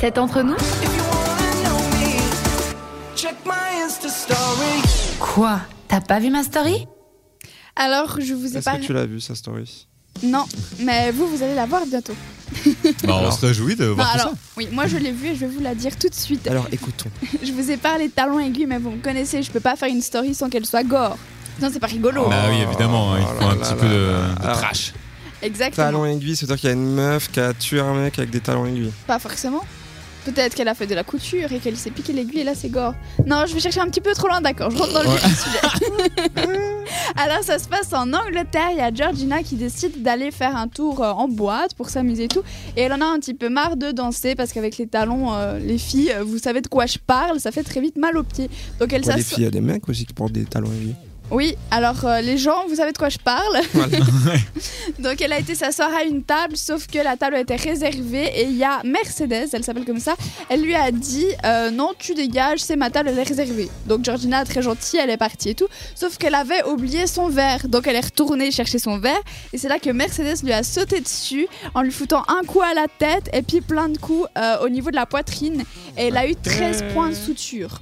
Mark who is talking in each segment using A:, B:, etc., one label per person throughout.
A: C'est entre nous Quoi T'as pas vu ma story
B: Alors, je vous ai
C: Est-ce
B: pas.
C: que tu l'as vu, sa story
B: Non, mais vous, vous allez la voir bientôt.
D: Bah, on se réjouit de voir
B: Enfin,
D: tout
B: alors, oui, moi je l'ai vue et je vais vous la dire tout de suite.
C: Alors écoutons.
B: Je vous ai parlé de talons aiguilles, mais vous me connaissez, je peux pas faire une story sans qu'elle soit gore. Sinon, c'est pas rigolo.
D: ça. Bah oui, évidemment, hein, il
C: Oh
D: faut
C: là
D: un
C: là
D: petit
C: là
D: peu
C: là.
D: de, de
C: Alors,
D: trash.
B: Exactement.
C: Talons aiguilles, c'est-à-dire qu'il y a une meuf qui a tué un mec avec des talons aiguilles.
B: Pas forcément. Peut-être qu'elle a fait de la couture et qu'elle s'est piqué l'aiguille et là c'est gore. Non, je vais chercher un petit peu trop loin, d'accord, je rentre dans le vif du sujet. Alors ça se passe en Angleterre, il y a Georgina qui décide d'aller faire un tour euh, en boîte pour s'amuser et tout. Et elle en a un petit peu marre de danser parce qu'avec les talons, euh, les filles, euh, vous savez de quoi je parle, ça fait très vite mal aux pieds. Donc elle
C: Il y a des
B: s'assoit.
C: filles, il y a des mecs aussi qui portent des talons aiguilles.
B: Oui, alors euh, les gens, vous savez de quoi je parle.
C: Voilà.
B: Donc elle a été s'asseoir à une table, sauf que la table était réservée et il y a Mercedes, elle s'appelle comme ça, elle lui a dit euh, non tu dégages, c'est ma table, elle est réservée. Donc Georgina, très gentille, elle est partie et tout, sauf qu'elle avait oublié son verre. Donc elle est retournée chercher son verre et c'est là que Mercedes lui a sauté dessus en lui foutant un coup à la tête et puis plein de coups euh, au niveau de la poitrine et elle a eu 13 points de suture.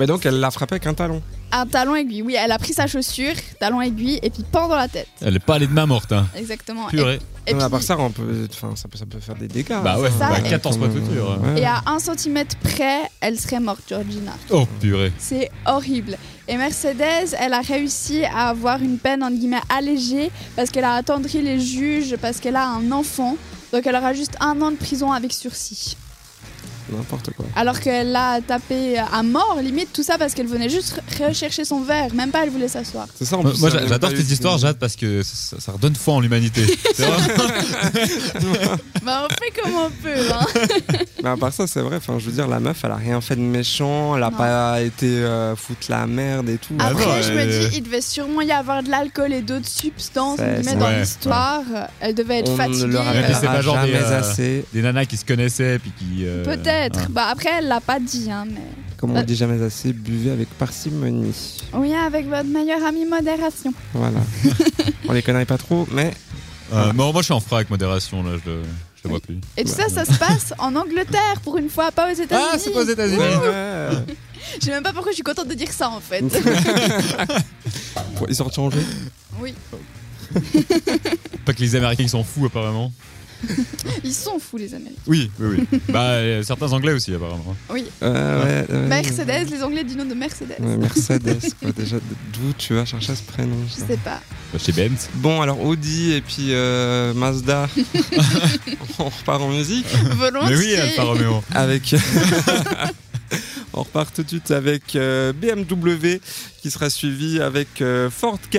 C: Mais donc elle l'a frappé avec un talon.
B: Un talon aiguille, oui, elle a pris sa chaussure, talon aiguille et puis pendant la tête.
D: Elle est pas allée de main morte, hein.
B: Exactement. Et-
D: Purée.
B: et
C: Non, mais à
B: puis-
C: part ça, on peut, enfin, ça, peut, ça peut faire des dégâts.
D: Bah ouais,
C: Enfin,
B: bah,
C: euh,
D: 14
C: comme,
D: points de couture.
C: ouais.
B: Et à un centimètre près, elle serait morte, Georgina.
D: Oh purée.
B: C'est horrible. Et Mercedes, elle a réussi à avoir une peine entre guillemets allégée parce qu'elle a attendri les juges, parce qu'elle a un enfant. Donc elle aura juste un an de prison avec sursis.
C: N'importe quoi.
B: Alors qu'elle l'a tapé à mort, limite, tout ça parce qu'elle venait juste rechercher son verre. Même pas, elle voulait s'asseoir.
C: C'est ça en
D: Moi
C: plus,
D: moi,
C: ça,
D: j'a-
C: j'avais
D: j'adore
C: pas
D: tes
C: eu ce-
D: histoires, Jade, parce que ça, ça redonne foi en l'humanité. C'est vrai
B: bah, on fait comme on peut. Hein.
C: Mais à part ça, c'est vrai. Enfin, je veux dire, la meuf, elle a rien fait de méchant. Elle a
B: Non.
C: pas été euh, foutre la merde et tout.
D: Ah
B: Après,
D: non,
B: je
D: euh,
B: me dis, il devait sûrement y avoir de l'alcool et d'autres substances
C: C'est-
B: guillemets,
C: c'est-
B: dans
D: ouais,
B: l'histoire. Elle devait être
C: on
B: fatiguée.
C: ne le
D: rappelle Mais
B: euh,
D: c'est
C: rappellera
D: pas genre des,
C: jamais
D: euh,
C: assez.
D: Des nanas qui se connaissaient, puis qui. euh,
B: Peut-être.
D: hein.
B: Bah après, elle l'a pas dit, hein, mais.
C: Comme
B: Euh.
C: on dit jamais assez, buvez avec parcimonie.
B: Oui, avec votre meilleur ami modération.
C: Voilà. on les connaît pas trop, mais
D: Euh, non, moi je suis en froid avec modération, là, je le, je le vois plus.
B: Et tout ça,
D: Ouais.
B: ça se passe en Angleterre pour une fois, pas aux États-Unis.
D: Ah, c'est pas aux États-Unis
C: Ouais.
B: Je sais même pas pourquoi je suis contente de dire ça en fait.
C: Bon, ils sont changés.
B: oui,
D: Pas que les Américains ils sont fous, apparemment.
B: ils sont fous les Américains.
D: Oui, oui, oui. bah, euh, certains Anglais aussi, apparemment.
B: Oui,
C: Euh, ouais, ouais.
B: Mercedes, les Anglais du nom de Mercedes.
C: Ouais, Mercedes, quoi. Déjà, d'où tu vas chercher ce prénom
B: Je
C: ça
B: sais pas.
D: Bah, chez Benz.
C: Bon, alors Audi et puis euh, Mazda. on repart en musique
D: Mais
B: Volontiers.
D: oui, Alfa Romeo.
C: avec. on repart tout de suite avec euh, BMW qui sera suivi avec euh, Ford K.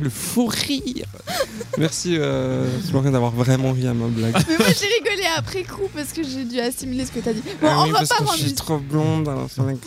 C: Le fou rire. Merci euh, Florian d'avoir vraiment ri à ma blague.
B: Mais moi j'ai rigolé après coup parce que j'ai dû assimiler ce que t'as dit. Bon,
C: Ah
B: Bah, on
C: oui, parce
B: repart
C: que
B: en
C: je suis
B: musique.
C: trop blonde. alors, c'est vrai que